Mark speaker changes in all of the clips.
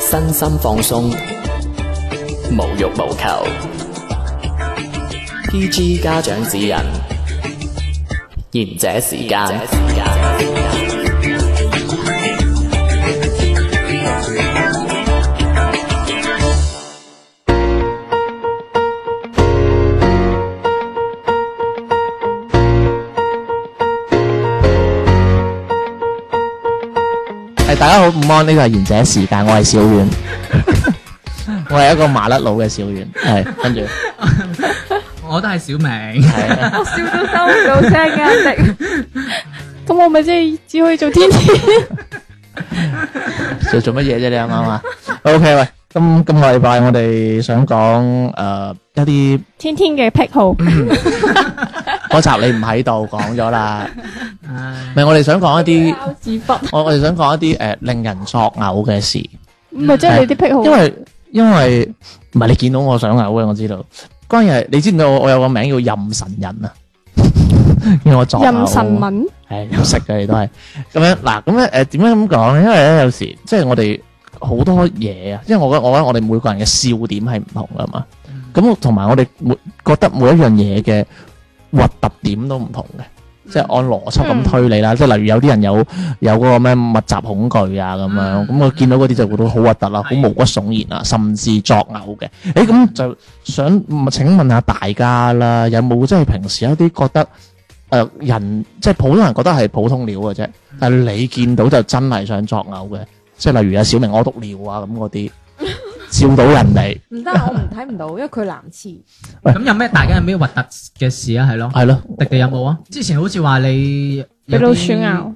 Speaker 1: 身心放鬆，無欲無求。PG 家長指引，賢者時間。
Speaker 2: 系大家好，午安，呢個係賢者時間，我係小遠，我係一個麻甩佬嘅小遠，係跟住
Speaker 3: 我都係小明，
Speaker 2: 係
Speaker 4: 我笑都收唔到聲嘅壓力。咁我咪即係只可以做天天。
Speaker 2: 做做乜嘢啫？你啱唔啱啊？OK，喂，今今個禮拜我哋想講诶一啲
Speaker 4: 天天嘅癖好，
Speaker 2: 嗰集你唔喺度講咗啦，
Speaker 3: 唉，
Speaker 2: 咪我哋想講一啲，
Speaker 4: 包屎忽，
Speaker 2: 我我哋想講一啲诶令人作嘔嘅事，
Speaker 4: 咪即係你啲癖好。
Speaker 2: 因為因為唔係你見到我想嘔嘅，我知道。關鍵係你知唔知我我有個名叫任神人啊，叫我作嘔
Speaker 4: 任神文，
Speaker 2: 係有食嘅，你都係咁樣嗱，咁咧誒點樣咁講咧？因為咧有時即係我哋好多嘢啊，因為我覺得我覺得我哋每個人嘅笑點係唔同噶嘛，咁我同埋我哋每覺得每一樣嘢嘅核突點都唔同嘅，即係按邏輯咁推理啦。即係例如有啲人有有嗰個咩密集恐懼啊咁樣，
Speaker 3: 嗯
Speaker 2: 咁我見到嗰啲就覺得好核突啦，好毛骨悚然啊，甚至作嘔嘅。誒咁就想嗯請問下大家啦，有冇即係平時有啲覺得？誒、人即係普通人覺得係普通料嘅啫，但係你見到就真係想作嘔嘅，即係例如阿小明屙督尿啊咁嗰啲，笑到人哋
Speaker 5: 唔得，我唔睇唔到，因為佢男 廁。
Speaker 3: 咁有咩大家有咩核突嘅事啊？係咯，
Speaker 2: 係咯，
Speaker 3: 迪迪有冇啊？之前好似話你
Speaker 4: 俾
Speaker 3: 有啲
Speaker 4: 老鼠咬，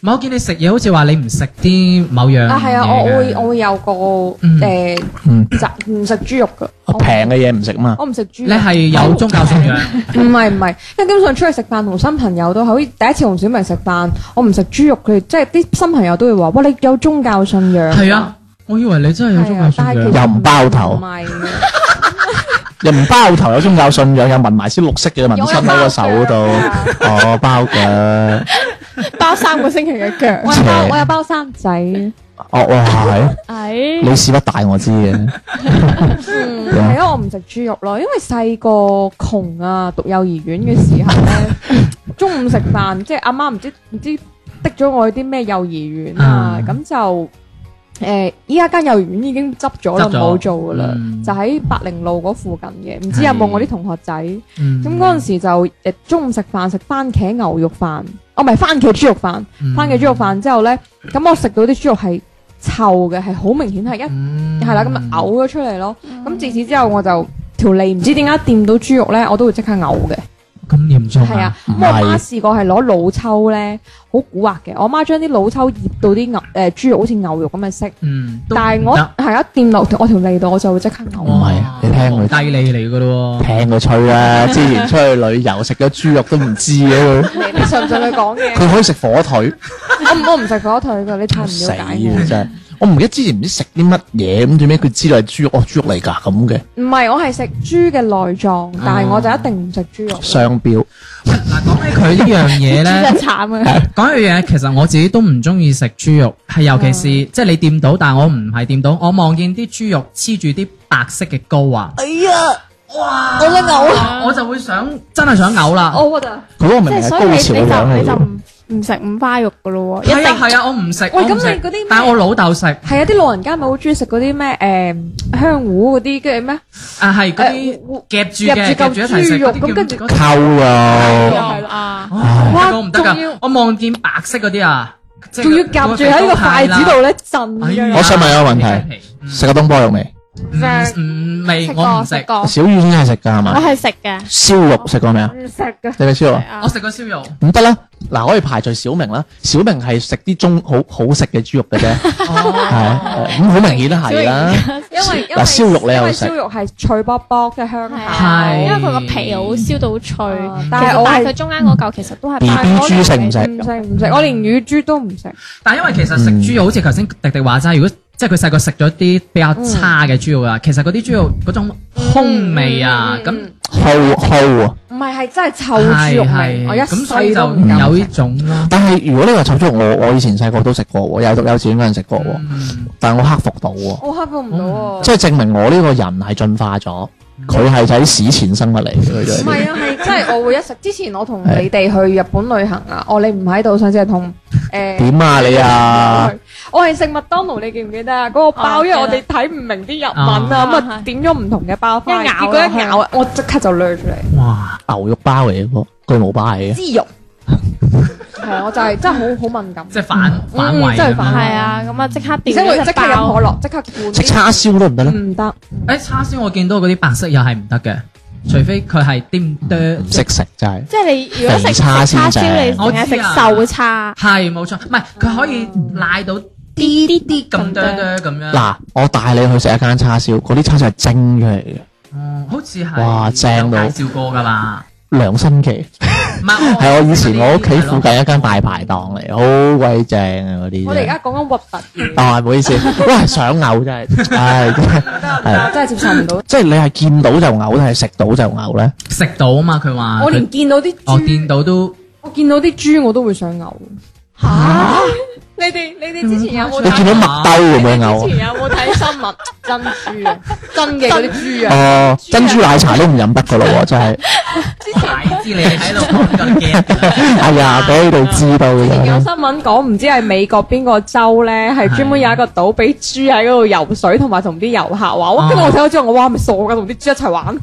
Speaker 3: 唔係我見你食嘢好似話你唔食啲某樣
Speaker 5: 啊，係啊，我
Speaker 3: 嗯
Speaker 5: 我
Speaker 3: 嘢嘅
Speaker 5: 會我會有個
Speaker 3: 嗯哦
Speaker 5: 誒
Speaker 2: 嗯，
Speaker 5: 雜唔食豬肉㗎，我唔
Speaker 2: 平嘅嘢唔食嘛，
Speaker 5: 我唔食豬
Speaker 3: 你
Speaker 5: 肉。
Speaker 3: 係有宗教信 仰，
Speaker 5: 唔係唔係，因為基本上出去食飯同新朋友都係，好似第一次同小明食飯，我唔食豬肉，佢哋即係啲新朋友都會話：，哇，你有宗教信仰？
Speaker 3: 係啊，我以為你真係有宗教信
Speaker 5: 係啊但係
Speaker 3: 仰
Speaker 5: 其實。
Speaker 2: 又唔包頭
Speaker 5: 唔係嘅
Speaker 2: 又唔包頭有宗教信仰，又紋埋啲綠色嘅紋身喺個手度，哦包嘅，
Speaker 4: 包三個星期嘅腳。
Speaker 5: 我有包我有包三仔，嗯，
Speaker 2: 哦哇係，
Speaker 4: 唉，
Speaker 2: 你屎忽大我知嘅，
Speaker 5: 係啊，我唔食豬肉咯，因為細個窮啊，讀幼兒園嘅時候咧，中午食飯即係阿媽唔知唔知滴咗我去啲咩幼兒園啊，
Speaker 3: 嗯
Speaker 5: 咁就。誒，依家間幼兒園已經執咗啦，
Speaker 3: 執咗
Speaker 5: 唔好做噶啦，
Speaker 3: 嗯
Speaker 5: 就喺百靈路嗰附近嘅，唔知有冇我啲同學仔？
Speaker 3: 嗯
Speaker 5: 咁嗰陣時就誒、中午食飯食番茄牛肉飯，哦唔係番茄豬肉飯，番
Speaker 3: 嗯
Speaker 5: 茄豬肉飯之後咧，咁我食到啲豬肉係臭嘅，係好明顯係一
Speaker 3: 嗯
Speaker 5: 係啦，咁咪嘔咗出嚟咯。咁自此之後我就條脷唔知點解掂到豬肉咧，我都會即刻嘔嘅。
Speaker 3: 咁嚴重
Speaker 5: 係啊，咁
Speaker 2: 唔
Speaker 5: 我媽
Speaker 2: 係
Speaker 5: 試過係攞老抽咧，好蠱惑嘅。我媽將啲老抽醃到啲牛誒、豬肉好似牛肉咁嘅色，
Speaker 3: 嗯，都
Speaker 5: 但係我
Speaker 3: 唔得
Speaker 5: 係啊一掂落我條脷度，我就會即刻
Speaker 2: 唔
Speaker 5: 嘔。
Speaker 2: 係你聽佢
Speaker 3: 低你嚟噶咯
Speaker 2: 聽佢吹啦，之前出去旅遊食咗豬肉都唔知嘅佢。
Speaker 5: 你你信唔信佢講嘅？
Speaker 2: 佢可以食火腿，
Speaker 5: 我唔我唔食火腿㗎，你太唔
Speaker 2: 死
Speaker 5: 了解我
Speaker 2: 嘅。真係。我唔記得之前唔知食啲乜嘢，咁最尾佢知道係豬肉，哦豬肉嚟㗎咁嘅
Speaker 5: 唔係，我係食豬嘅內臟，但係我就一定唔食豬肉。
Speaker 2: 商標，
Speaker 3: 喎。 嗱，講起佢呢樣 嘢咧
Speaker 4: 真。係慘啊！
Speaker 3: 講一樣嘢，其實我自己都唔中意食豬肉，係尤其是、即係你掂到，但我唔係掂到，我望見啲豬肉黐住啲白色嘅膏啊，
Speaker 4: 哎呀，
Speaker 3: 哇！
Speaker 4: 我想嘔
Speaker 3: 我就會想真係想嘔啦。
Speaker 5: 我覺得，
Speaker 2: 佢嗰個明
Speaker 4: 即
Speaker 2: 明
Speaker 4: 係
Speaker 2: 係
Speaker 4: 所
Speaker 2: 高
Speaker 4: 以
Speaker 2: 潮嘅樣
Speaker 4: 你
Speaker 2: 嚟
Speaker 4: 你就
Speaker 2: 嘅。
Speaker 4: 你就唔唔食五花肉噶咯喎，一
Speaker 3: 係啊
Speaker 4: 定
Speaker 3: 係啊，我唔食。
Speaker 5: 喂
Speaker 3: 我唔
Speaker 5: 咁
Speaker 3: 食
Speaker 5: 你嗰啲咩
Speaker 3: 但係我老豆食
Speaker 5: 係啊，啲老人家咪好中意食嗰啲咩誒香糊嗰啲，跟住咩
Speaker 3: 啊，
Speaker 5: 誒
Speaker 3: 係嗰啲夾住
Speaker 5: 夾
Speaker 3: 嘅，
Speaker 5: 住
Speaker 3: 夾住一
Speaker 5: 嚿
Speaker 3: 齊食
Speaker 5: 豬肉
Speaker 3: 嗰啲叫
Speaker 5: 咁跟住
Speaker 3: 嗰啲
Speaker 2: 溝肉，
Speaker 4: 係啊，
Speaker 3: 哇！
Speaker 5: 哇
Speaker 3: 我唔得
Speaker 5: 仲
Speaker 3: 㗎
Speaker 5: 要，
Speaker 3: 我望見白色嗰啲啊，即係
Speaker 5: 仲要夾住喺個筷子度咧震
Speaker 3: 哎呀。
Speaker 5: 咁樣
Speaker 2: 我想問一個問題
Speaker 3: 真係皮
Speaker 2: 食過東坡肉未？
Speaker 3: 唔唔
Speaker 5: 哎
Speaker 3: 未，
Speaker 4: 食
Speaker 3: 我
Speaker 4: 過
Speaker 3: 唔
Speaker 4: 食
Speaker 3: 食。
Speaker 4: 過，
Speaker 2: 小魚先係食㗎係
Speaker 4: 哦我
Speaker 2: 嘛？
Speaker 4: 係食嘅，
Speaker 2: 燒肉食過未啊？
Speaker 5: 唔食㗎。
Speaker 2: 食未燒肉啊？
Speaker 4: 係啊
Speaker 3: 我食過燒肉，
Speaker 2: 唔得啦，嗱可以排除小明啦，小明係食啲中好好食嘅豬肉嘅 啫，係
Speaker 3: 哦，
Speaker 2: 咁好明顯係啦。
Speaker 5: 因為因為
Speaker 2: 嗱燒肉你
Speaker 5: 因
Speaker 2: 又
Speaker 5: 為
Speaker 2: 食
Speaker 5: 燒肉係脆卜卜嘅香
Speaker 4: 係
Speaker 5: 下，
Speaker 4: 啊，
Speaker 3: 係
Speaker 4: 因為佢個皮好燒到好
Speaker 5: 哦
Speaker 4: 脆，
Speaker 5: 但
Speaker 4: 但
Speaker 5: 係
Speaker 4: 係
Speaker 5: 我
Speaker 4: 但
Speaker 5: 係
Speaker 4: 係佢中間嗰嚿其實都係
Speaker 2: B
Speaker 4: 白
Speaker 2: B
Speaker 4: 嗰
Speaker 2: 豬
Speaker 4: 啲
Speaker 2: 食唔食？
Speaker 5: 唔食唔食，我連乳豬都唔食。
Speaker 3: 但因為其實食
Speaker 2: 嗯
Speaker 3: 豬肉好似頭先迪迪話齋，如果即係佢細
Speaker 2: 嗯
Speaker 3: 個食咗啲比較差嘅豬肉啊，其實嗰啲豬肉嗰種空味啊，咁
Speaker 2: 齁齁啊！
Speaker 5: 唔係係真係臭豬嗯肉味，我一
Speaker 3: 咁所以
Speaker 5: 世
Speaker 3: 就
Speaker 5: 都唔敢
Speaker 3: 有呢
Speaker 5: 食。
Speaker 3: 種咯。
Speaker 2: 但係如果你話臭豬肉，我我以前細個都食過喎，有讀幼稚園嗰陣食過喎，
Speaker 3: 嗯
Speaker 2: 但我克服到喎，
Speaker 5: 我克服唔到啊！
Speaker 2: 即係證明我呢個人係進化咗，佢係喺史前生物嚟嘅，佢就
Speaker 5: 唔
Speaker 2: 係
Speaker 5: 係啊，係真係我會一食。之前我同你哋去日本旅行啊，我你唔喺度，上次係同誒。
Speaker 2: 點啊你啊？
Speaker 5: 我係食麥當勞，你記唔記得啊？嗰個包，
Speaker 4: 啊
Speaker 5: 因為我
Speaker 4: 記
Speaker 5: 哋
Speaker 4: 得
Speaker 5: 睇唔明啲日文啊，咁
Speaker 4: 啊
Speaker 5: 啊點咗唔同嘅包翻，
Speaker 4: 一咬
Speaker 5: 結果
Speaker 4: 落
Speaker 5: 一
Speaker 4: 去
Speaker 5: 咬，啊我即刻就掠出嚟。
Speaker 3: 哇，
Speaker 2: 牛肉包嚟嘅嗰個，巨無霸嚟嘅。
Speaker 5: 滋肉，係啊，我就係真係好好敏感，
Speaker 3: 即係反反胃
Speaker 5: 嗯真
Speaker 3: 咁
Speaker 5: 係反
Speaker 3: 樣。
Speaker 5: 胃
Speaker 4: 係啊，咁啊即刻
Speaker 5: 而
Speaker 4: 掉
Speaker 5: 且
Speaker 4: 咗
Speaker 5: 會
Speaker 4: 隻
Speaker 5: 即刻飲
Speaker 4: 包
Speaker 5: 可樂，即刻灌
Speaker 2: 食叉燒得唔得咧？
Speaker 5: 唔得，
Speaker 3: 誒叉燒我見到嗰啲白色又係唔得嘅，除非佢係掂
Speaker 5: 嗯
Speaker 2: 唔
Speaker 3: 哚。
Speaker 2: 識食真係。
Speaker 4: 即係你如果食
Speaker 2: 肥叉
Speaker 4: 食
Speaker 2: 先
Speaker 4: 叉燒，你
Speaker 2: 正
Speaker 4: 淨係食
Speaker 3: 我知啊
Speaker 4: 瘦叉，
Speaker 3: 係冇錯，唔係佢可以賴到
Speaker 4: 啲啲啲
Speaker 3: 咁
Speaker 5: 嗯
Speaker 3: 哚哚咁樣。
Speaker 2: 嗱，我帶你去食一間叉燒，嗰啲叉燒係蒸出嚟嘅，
Speaker 3: 嗯，好似係
Speaker 2: 哇正到
Speaker 3: 有介紹過㗎嘛。
Speaker 2: 良心記
Speaker 3: 唔係
Speaker 5: 哦
Speaker 2: 係我以前我屋企附近一間大排檔嚟，好鬼正啊嗰啲。
Speaker 5: 我哋而家講緊核突嘢，
Speaker 2: 啊，唔好 意思，喂，想嘔真係，唉，係
Speaker 5: 啊
Speaker 2: 啊
Speaker 5: 真係接受唔到。
Speaker 2: 即係你係見到就嘔，定係食到就嘔咧？
Speaker 3: 食到啊嘛，佢話
Speaker 5: 我連見到啲
Speaker 3: 我
Speaker 5: 豬，
Speaker 3: 見到都
Speaker 5: 我見到啲豬我都會想嘔。嚇！你哋你哋之前有冇
Speaker 2: 你見
Speaker 5: 睇？
Speaker 2: 到麥兜會唔會嘔
Speaker 5: 你哋之
Speaker 2: 啊
Speaker 5: 前有冇睇新聞？珍珠 啊，真嘅嗰啲豬
Speaker 2: 啊？
Speaker 5: 啊！
Speaker 2: 哦，珍珠奶茶都唔飲得噶咯喎，真 係，
Speaker 3: 大知你喺度講緊 嘅。
Speaker 2: 哎
Speaker 5: 啊
Speaker 2: 呀，俾你哋知道
Speaker 5: 有
Speaker 2: 嘅。
Speaker 5: 新聞講唔知係美國邊個州咧，係專門有一個島俾豬喺嗰度游水，同埋同啲遊客玩。哇！跟住我睇到之後，我哇係咪傻㗎，同啲豬一齊玩。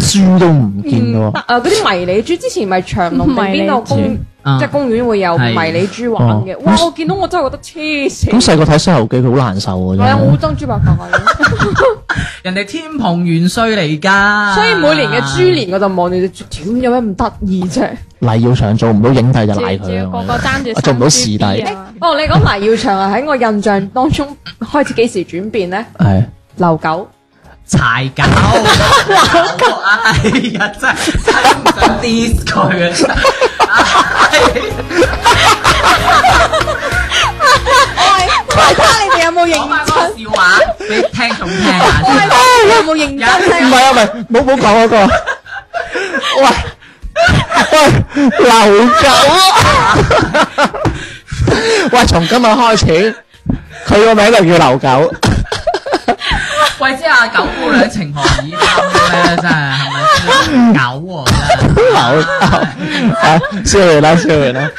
Speaker 2: 豬都唔見㗎
Speaker 5: 嗯，得
Speaker 2: 喎，
Speaker 5: 啊！嗰啲迷你豬之前咪長隆定邊度公，
Speaker 3: 啊
Speaker 5: 即係哦公園會有迷你豬玩嘅。
Speaker 2: 係
Speaker 5: 哇！我見到我真係覺得黐
Speaker 2: 咁
Speaker 5: 線，
Speaker 2: 細個睇《西遊記》佢好難受嘅
Speaker 5: 係啊！我好
Speaker 2: 啫。
Speaker 5: 憎豬八戒，
Speaker 3: 人哋天蓬元帥嚟㗎，
Speaker 5: 所以每年嘅豬年我就望住隻豬，屌有咩唔得意啫？
Speaker 2: 黎耀祥做唔到影帝就
Speaker 4: 仲
Speaker 2: 賴佢
Speaker 4: 要
Speaker 2: 啊
Speaker 4: 個個
Speaker 2: 我
Speaker 4: 爭住
Speaker 2: 我做唔到視帝
Speaker 4: 生 BB 啊
Speaker 5: 哦，你講黎耀祥啊，喺我印象當中開始幾時轉變咧？
Speaker 2: 覺得。係。
Speaker 5: 留 狗，
Speaker 3: 柴狗，哎呀真係真係唔想 diss 佢啊！
Speaker 5: 睇下你哋有冇
Speaker 3: 講翻嗰個笑話俾聽眾聽下先。
Speaker 5: 真？有冇認真？
Speaker 2: 唔係啊，唔係，冇冇講嗰個。喂喂，流狗。喂，從今日開始，佢個名就叫流狗。
Speaker 3: 喂，即係阿九姑娘情何以堪咧？真係係咪先狗喎？真係
Speaker 2: 流狗，啊，笑完啦，笑完啦。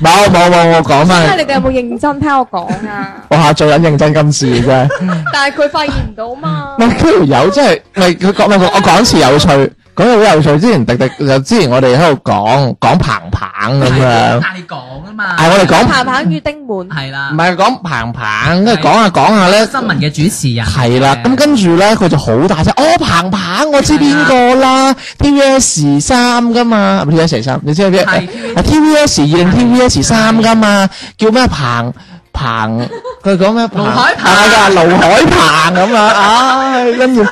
Speaker 2: 冇冇冇，我講
Speaker 5: 睇下
Speaker 2: 翻
Speaker 5: 你，哋有冇認真聽我講啊？
Speaker 2: 我下最撚認真今次嘅啫。
Speaker 5: 但係佢發現唔到嘛
Speaker 2: 唔。係佢條友真係，唔係佢講咪我我講次有趣，講到好有趣。之前迪迪就之前我哋喺度講講彭彭咁樣，
Speaker 3: 但係你講啊嘛，
Speaker 2: 係我哋講
Speaker 5: 彭彭與丁滿，
Speaker 3: 係啦，
Speaker 2: 唔係講彭彭，跟住
Speaker 3: 係
Speaker 2: 講下講下咧，
Speaker 3: 新聞嘅主持人
Speaker 2: 係
Speaker 3: 啊
Speaker 2: 啦，咁跟住咧佢就好大聲，哦彭彭，我知邊個啦，TVS 三噶嘛，唔係 TVS 三，你知唔知？啊
Speaker 3: 係
Speaker 2: TVS 二定 TVS 三噶嘛，叫咩彭彭？佢講咩？
Speaker 3: 盧海鵬
Speaker 2: 係啊，盧海鵬咁樣，唉，跟住，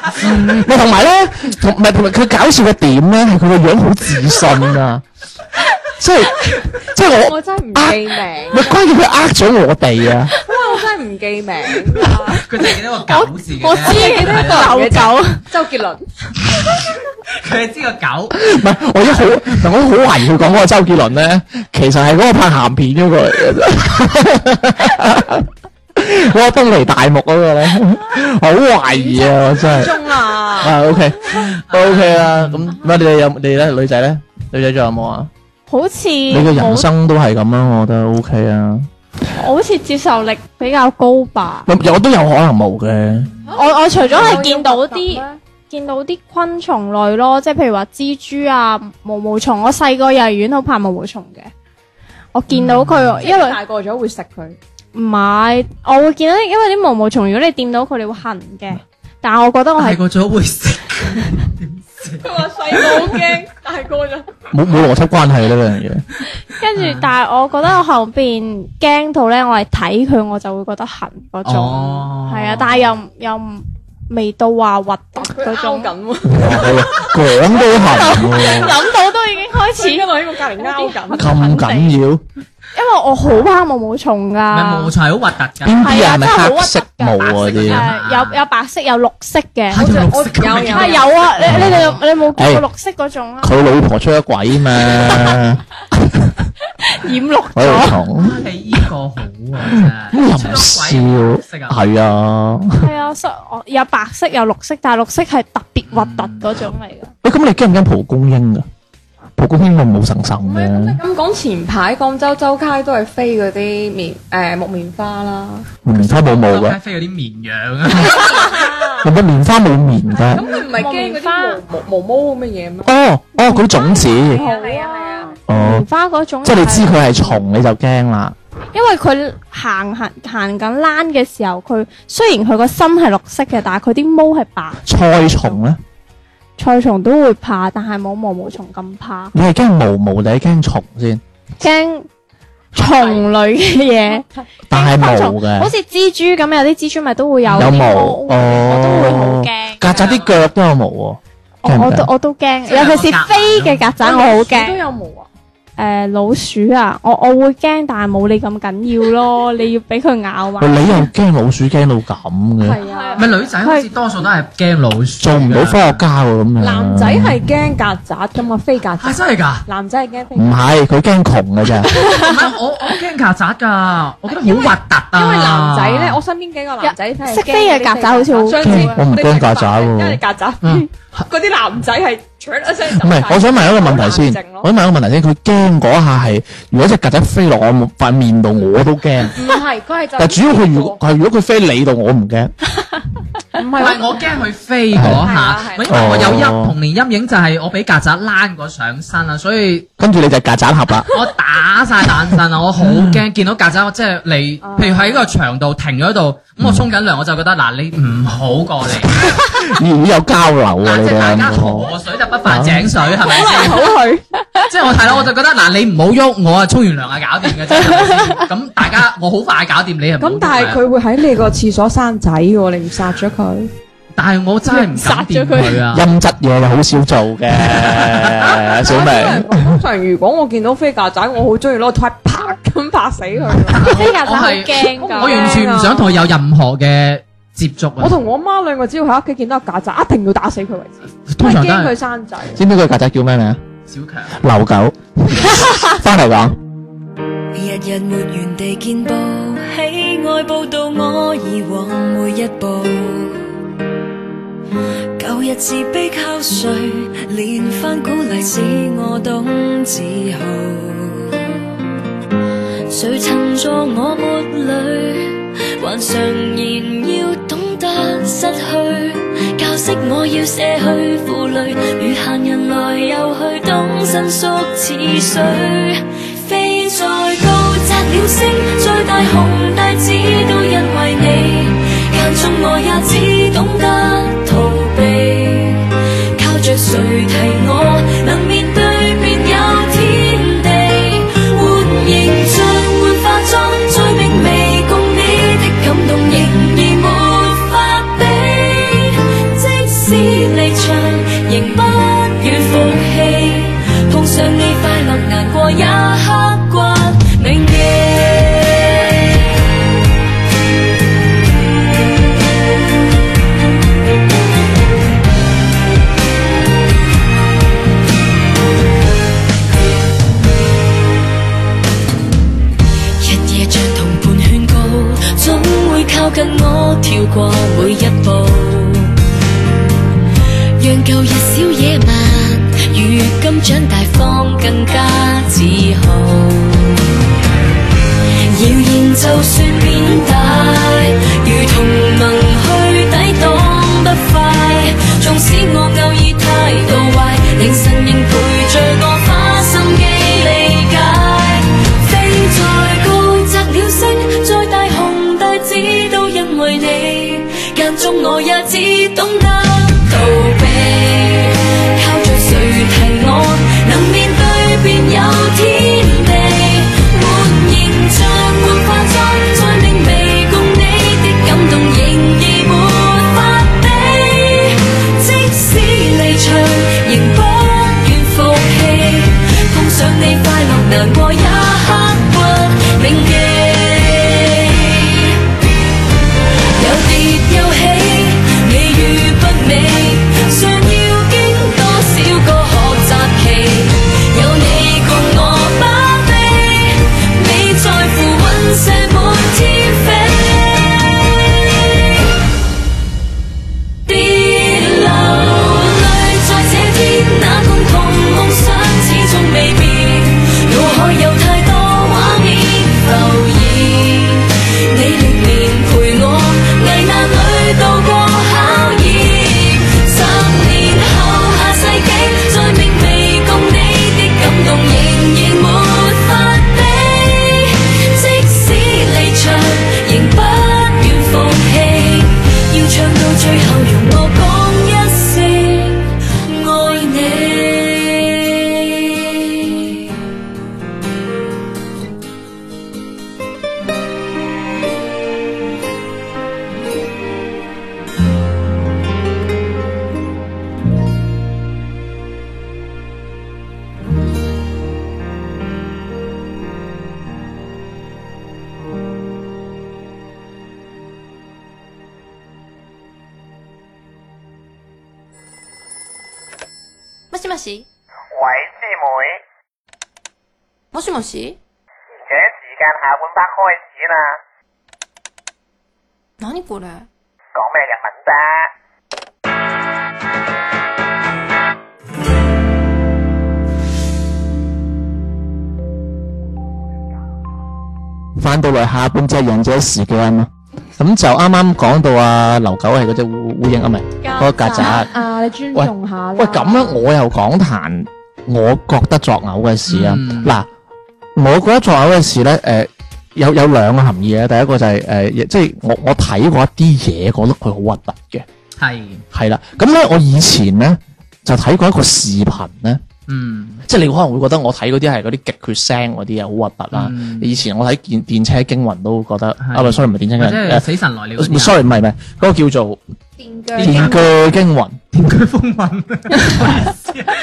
Speaker 2: 咪同埋咧，同咪同埋佢搞笑嘅點咧，係佢個樣好自信啊，即係即係我
Speaker 5: 我，真係唔記名，
Speaker 2: 咪關鍵佢呃咗我哋啊！
Speaker 5: 我真係唔記名。
Speaker 3: 佢哋記得個狗字嘅啫，
Speaker 4: 我知
Speaker 5: 你記得一個人嘅
Speaker 4: 狗狗
Speaker 5: 就周杰倫，
Speaker 3: 佢知個狗，
Speaker 2: 唔係，我一好，嗱，我好懷疑佢講嗰個周杰倫咧，其實係嗰個拍鹹片嗰個嚟嘅啫。 嗰個東尼大木嗰個咧，好懷疑啊！我真係
Speaker 5: 中啊！
Speaker 2: 啊，OK，OK 啦。咁乜你哋有你咧女仔咧？女仔仲有冇啊？
Speaker 4: 好似
Speaker 2: 你嘅人
Speaker 4: 冇，
Speaker 2: 生都係咁啦，我覺得 OK 啊。
Speaker 4: 好似接受力比較高吧。
Speaker 2: 咁有都有可能冇嘅，
Speaker 5: 哦
Speaker 4: 我我除咗係見到啲。見到啲昆蟲類咯，即係譬如話蜘蛛啊、毛毛蟲。我細個幼兒園好怕毛毛蟲嘅，我見到佢，因
Speaker 5: 因為
Speaker 4: 為
Speaker 5: 大個咗會食佢，
Speaker 4: 唔係，我會見到，因為啲毛毛蟲，如果你掂到佢，你會痕嘅。但係我覺得我
Speaker 3: 係
Speaker 4: 係
Speaker 3: 個最好會食。
Speaker 5: 佢話細個好驚，大個咗。
Speaker 2: 冇冇邏輯關係呢樣嘢。
Speaker 4: 跟
Speaker 2: 嗯
Speaker 4: 住，但係我覺得我後邊驚到咧，我係睇佢我就會覺得痕嗰種，係
Speaker 3: 哦
Speaker 5: 啊
Speaker 4: 啊，但係又唔又唔唔味道話核突嗰
Speaker 5: 佢勾
Speaker 4: 種，
Speaker 5: 緊
Speaker 2: 講都
Speaker 5: 喎，
Speaker 2: 痕喎，
Speaker 4: 諗到都已經開 始，因
Speaker 5: 因為呢個隔離勾緊。
Speaker 2: 咁緊要。
Speaker 4: 為我好怕毛毛蟲
Speaker 3: 咪
Speaker 4: 㗎。
Speaker 3: 毛蟲係好核突㗎，
Speaker 2: 邊啲
Speaker 4: 係
Speaker 2: 啊？
Speaker 4: 啊，
Speaker 2: 係咪
Speaker 4: 真係好
Speaker 2: 黑
Speaker 4: 核
Speaker 2: 色
Speaker 4: 突
Speaker 2: 毛
Speaker 4: 㗎，
Speaker 2: 嗰
Speaker 4: 誒
Speaker 2: 啲啊？
Speaker 4: 有有白色有綠色嘅，
Speaker 3: 係有綠色
Speaker 5: 我有
Speaker 3: 咁
Speaker 4: 係
Speaker 5: 有
Speaker 3: 樣，
Speaker 4: 有啊！你你哋有你有冇
Speaker 2: 哎
Speaker 4: 見過綠色嗰種啊？
Speaker 2: 佢老婆出咗軌 嘛，哎
Speaker 4: 染綠
Speaker 2: 我度
Speaker 4: 咗，
Speaker 2: 同
Speaker 3: 啊你依個好啊，
Speaker 2: 咁又唔
Speaker 3: 真係出咗鬼色
Speaker 2: 笑，
Speaker 3: 啊
Speaker 2: 係啊。
Speaker 4: 係啊，所以我有白色有綠色，但係綠色係特別核突嗰種嚟㗎。
Speaker 2: 喂，咁你驚唔驚蒲公英啊？蒲公英咪冇神神
Speaker 5: 唔係咁
Speaker 2: 嘅，
Speaker 5: 你咁講，前排廣州周街都係飛嗰啲棉誒木棉花啦。
Speaker 2: 棉嗯花冇毛
Speaker 3: 周街
Speaker 2: 嘅，
Speaker 3: 飛嗰啲綿羊啊，
Speaker 2: 人哋棉花冇棉
Speaker 5: 咁
Speaker 2: 㗎。
Speaker 5: 佢唔係驚嗰啲毛毛毛毛咁嘅嘢咩？
Speaker 2: 哦哦，嗰啲種子，
Speaker 4: 好
Speaker 5: 係啊係啊，
Speaker 2: 哦
Speaker 4: 棉，花嗰種，
Speaker 2: 即係你知佢係蟲你就驚啦。
Speaker 4: 因為佢行行行緊躝嘅時候，佢雖然佢個身係綠色嘅，但係佢啲毛係白。
Speaker 2: 菜蟲咧，
Speaker 4: 菜蟲都會怕，但係冇毛毛蟲咁怕。
Speaker 2: 你係驚毛毛定係驚蟲先？
Speaker 4: 驚蟲類嘅嘢，
Speaker 2: 但係毛
Speaker 4: 好
Speaker 2: 嘅，
Speaker 4: 似蜘蛛咁，有啲蜘蛛咪都會有
Speaker 2: 有
Speaker 4: 啲
Speaker 2: 毛
Speaker 4: 我都會好
Speaker 2: 哦。
Speaker 4: 驚。
Speaker 2: 曱甴啲腳都有毛喎，
Speaker 4: 我
Speaker 2: 驚唔
Speaker 4: 我都
Speaker 2: 驚？
Speaker 4: 我都驚，
Speaker 3: 即係
Speaker 4: 尤其是
Speaker 3: 有個
Speaker 4: 飛嘅曱甴，我好
Speaker 5: 都
Speaker 4: 驚。
Speaker 5: 有毛啊！
Speaker 4: 誒老鼠啊，我我會驚，但係冇你咁緊要咯。你要俾佢咬嘛
Speaker 2: 喂，？你又驚老鼠驚到咁嘅，
Speaker 5: 係啊，
Speaker 3: 咪女仔好似多數都係驚老鼠，
Speaker 2: 做唔到科學家喎咁樣。
Speaker 5: 男仔係驚曱甴噶嘛，飛曱
Speaker 3: 係
Speaker 5: 甴。
Speaker 3: 啊真係㗎。
Speaker 5: 男仔係驚飛
Speaker 2: 唔
Speaker 5: 曱甴，
Speaker 2: 係佢驚窮嘅 咋，
Speaker 3: 唔係我我驚曱甴㗎，我覺得好核突啊！
Speaker 5: 因為男仔咧，我身邊幾個男仔係
Speaker 4: 識飛嘅曱甴好似好
Speaker 5: 上次
Speaker 2: 驚我唔驚曱甴喎
Speaker 5: 因為曱甴
Speaker 3: 嗯
Speaker 5: 嗰啲男仔係搶一聲
Speaker 2: 唔
Speaker 5: 走晒。
Speaker 2: 係我想問一個問題
Speaker 5: 好冷
Speaker 2: 先
Speaker 5: 靜，咯
Speaker 2: 我想問一個問題先，佢驚嗰下係如果只曱甴飛落我塊面度我都 驚，
Speaker 5: 唔係，佢係就
Speaker 2: 但主要佢如果
Speaker 5: 唔
Speaker 2: 係如果佢飛你度我唔驚，
Speaker 5: 係
Speaker 3: 唔係
Speaker 5: 喎
Speaker 3: 我驚佢飛嗰
Speaker 5: 係
Speaker 3: 下
Speaker 5: 啊，係
Speaker 3: 因為我有陰
Speaker 2: 哦
Speaker 3: 童年陰影就係我俾曱甴躝過上身啊，所以
Speaker 2: 跟住你就曱甴俠啦。
Speaker 3: 我打晒冷震啊！我好驚見到曱甴，我即係你，
Speaker 5: 哦
Speaker 3: 譬如喺個牆度停咗喺度，咁我
Speaker 2: 嗯
Speaker 3: 沖緊涼，我就覺得嗱，你唔好過嚟，
Speaker 2: 咦，有交流啊！
Speaker 3: 嗱
Speaker 2: 你
Speaker 3: 即
Speaker 2: 哋啊
Speaker 3: 係大
Speaker 2: 兩
Speaker 3: 家
Speaker 2: 個
Speaker 3: 河水就不犯井水，係咪先？
Speaker 5: 好佢
Speaker 3: 即係我睇到我就覺得嗱，你唔好喐，我啊沖完涼啊搞掂嘅啫，係咪先咁大家我好快搞掂你啊！
Speaker 5: 咁，但係佢會喺你個廁所生仔喎，你唔殺咗佢？
Speaker 3: 但係我真係唔敢掂佢啊！
Speaker 2: 陰質嘢就好少做嘅，啊 小明。
Speaker 5: 通常如果我見到飛曱甴，我好中意攞個推拍咁拍死佢。
Speaker 4: 飛曱甴
Speaker 3: 我
Speaker 4: 好
Speaker 3: 係
Speaker 4: 驚
Speaker 5: 我
Speaker 4: 㗎。
Speaker 3: 我完全唔啊想同佢有任何嘅接觸
Speaker 5: 我
Speaker 3: 啊！
Speaker 5: 同我媽兩個只要喺屋企見到有曱甴，一定要打死佢為止，
Speaker 3: 通
Speaker 5: 因為
Speaker 3: 常
Speaker 5: 驚
Speaker 3: 都
Speaker 5: 佢
Speaker 3: 係
Speaker 5: 生仔。
Speaker 2: 知唔知佢曱甴叫咩名啊？
Speaker 3: 小強。
Speaker 2: 流狗。 翻嚟講。
Speaker 6: 日日沒完地見報，喜愛報道我以往每一步。舊日自卑靠誰，連番鼓勵使我懂自豪。誰襯咗我沒淚，還常言要懂得失去，教識我要捨去負累，與閒人來又去，懂伸縮似水。飛再高，摘了星，再大紅大紫都因為你。間中我也只懂得逃避，靠着誰提我能面對，便有天地。換形象，換化妝，再並未共你的感動，仍然沒法比。即使離場，仍不願服氣。碰上你快樂難過也刻骨銘記。日夜像同伴勸告，總會靠近我跳過每一步，讓舊日小野蠻，如今長大方更加自豪。謠言就算變大，如同盟去抵擋不快，縱使我偶爾態度壞，凌晨仍陪着我花心機理解。飛再高，摘了星，再大紅大紫都因為你。間中我也只懂得逃避，靠着誰提我能面對，便有天地。換形象，換化妝，再不銘記。有跌有起，美與不美，尚要經多少個學習期？有你共我把臂，美在乎雲射滿天飛。別流淚，在這天那共同夢想始終未變，腦海有太多畫面浮現。你歷練陪我危難裏度過考驗，十年後下世紀再明媚共你的感動仍然沒法比，即使離場仍不願放棄，要唱到最後容我講一聲愛你。
Speaker 7: もしもし
Speaker 8: 喂，師
Speaker 7: も
Speaker 8: 妹，
Speaker 7: しもし
Speaker 8: 而且時間下半 part 開始啦，
Speaker 7: 何これ
Speaker 8: 講咩日文啫？
Speaker 2: 翻到嚟下半隻贏者時間啦。咁就啱啱講到啊，劉九係嗰只烏烏蠅啊，唔係嗰個曱甴。
Speaker 5: 啊，你尊重下啦。
Speaker 2: 喂，咁樣我又講談，我覺得作嘔嘅事啊。
Speaker 3: 嗯
Speaker 2: 嗱、我覺得作嘔嘅事咧，誒、有有兩個含義啊。第一個就係、誒、即係我我睇過一啲嘢，覺得佢好核突嘅，
Speaker 3: 系，
Speaker 2: 係啦。咁咧，我以前咧就睇過一個視頻咧。
Speaker 3: 嗯，
Speaker 2: 即係你可能會覺得我睇嗰啲係嗰啲極血腥嗰啲啊，好核突啦！
Speaker 3: 嗯
Speaker 2: 以前我睇電電車驚魂都覺得
Speaker 3: 係
Speaker 2: 啊，唔係 sorry 唔係電車
Speaker 3: 或
Speaker 2: 驚
Speaker 3: 者
Speaker 2: 魂
Speaker 3: 係死神來了嗰啲
Speaker 2: 誒
Speaker 3: 啊
Speaker 2: ，sorry 唔係唔係嗰個叫做
Speaker 4: 電
Speaker 2: 電鋸驚魂、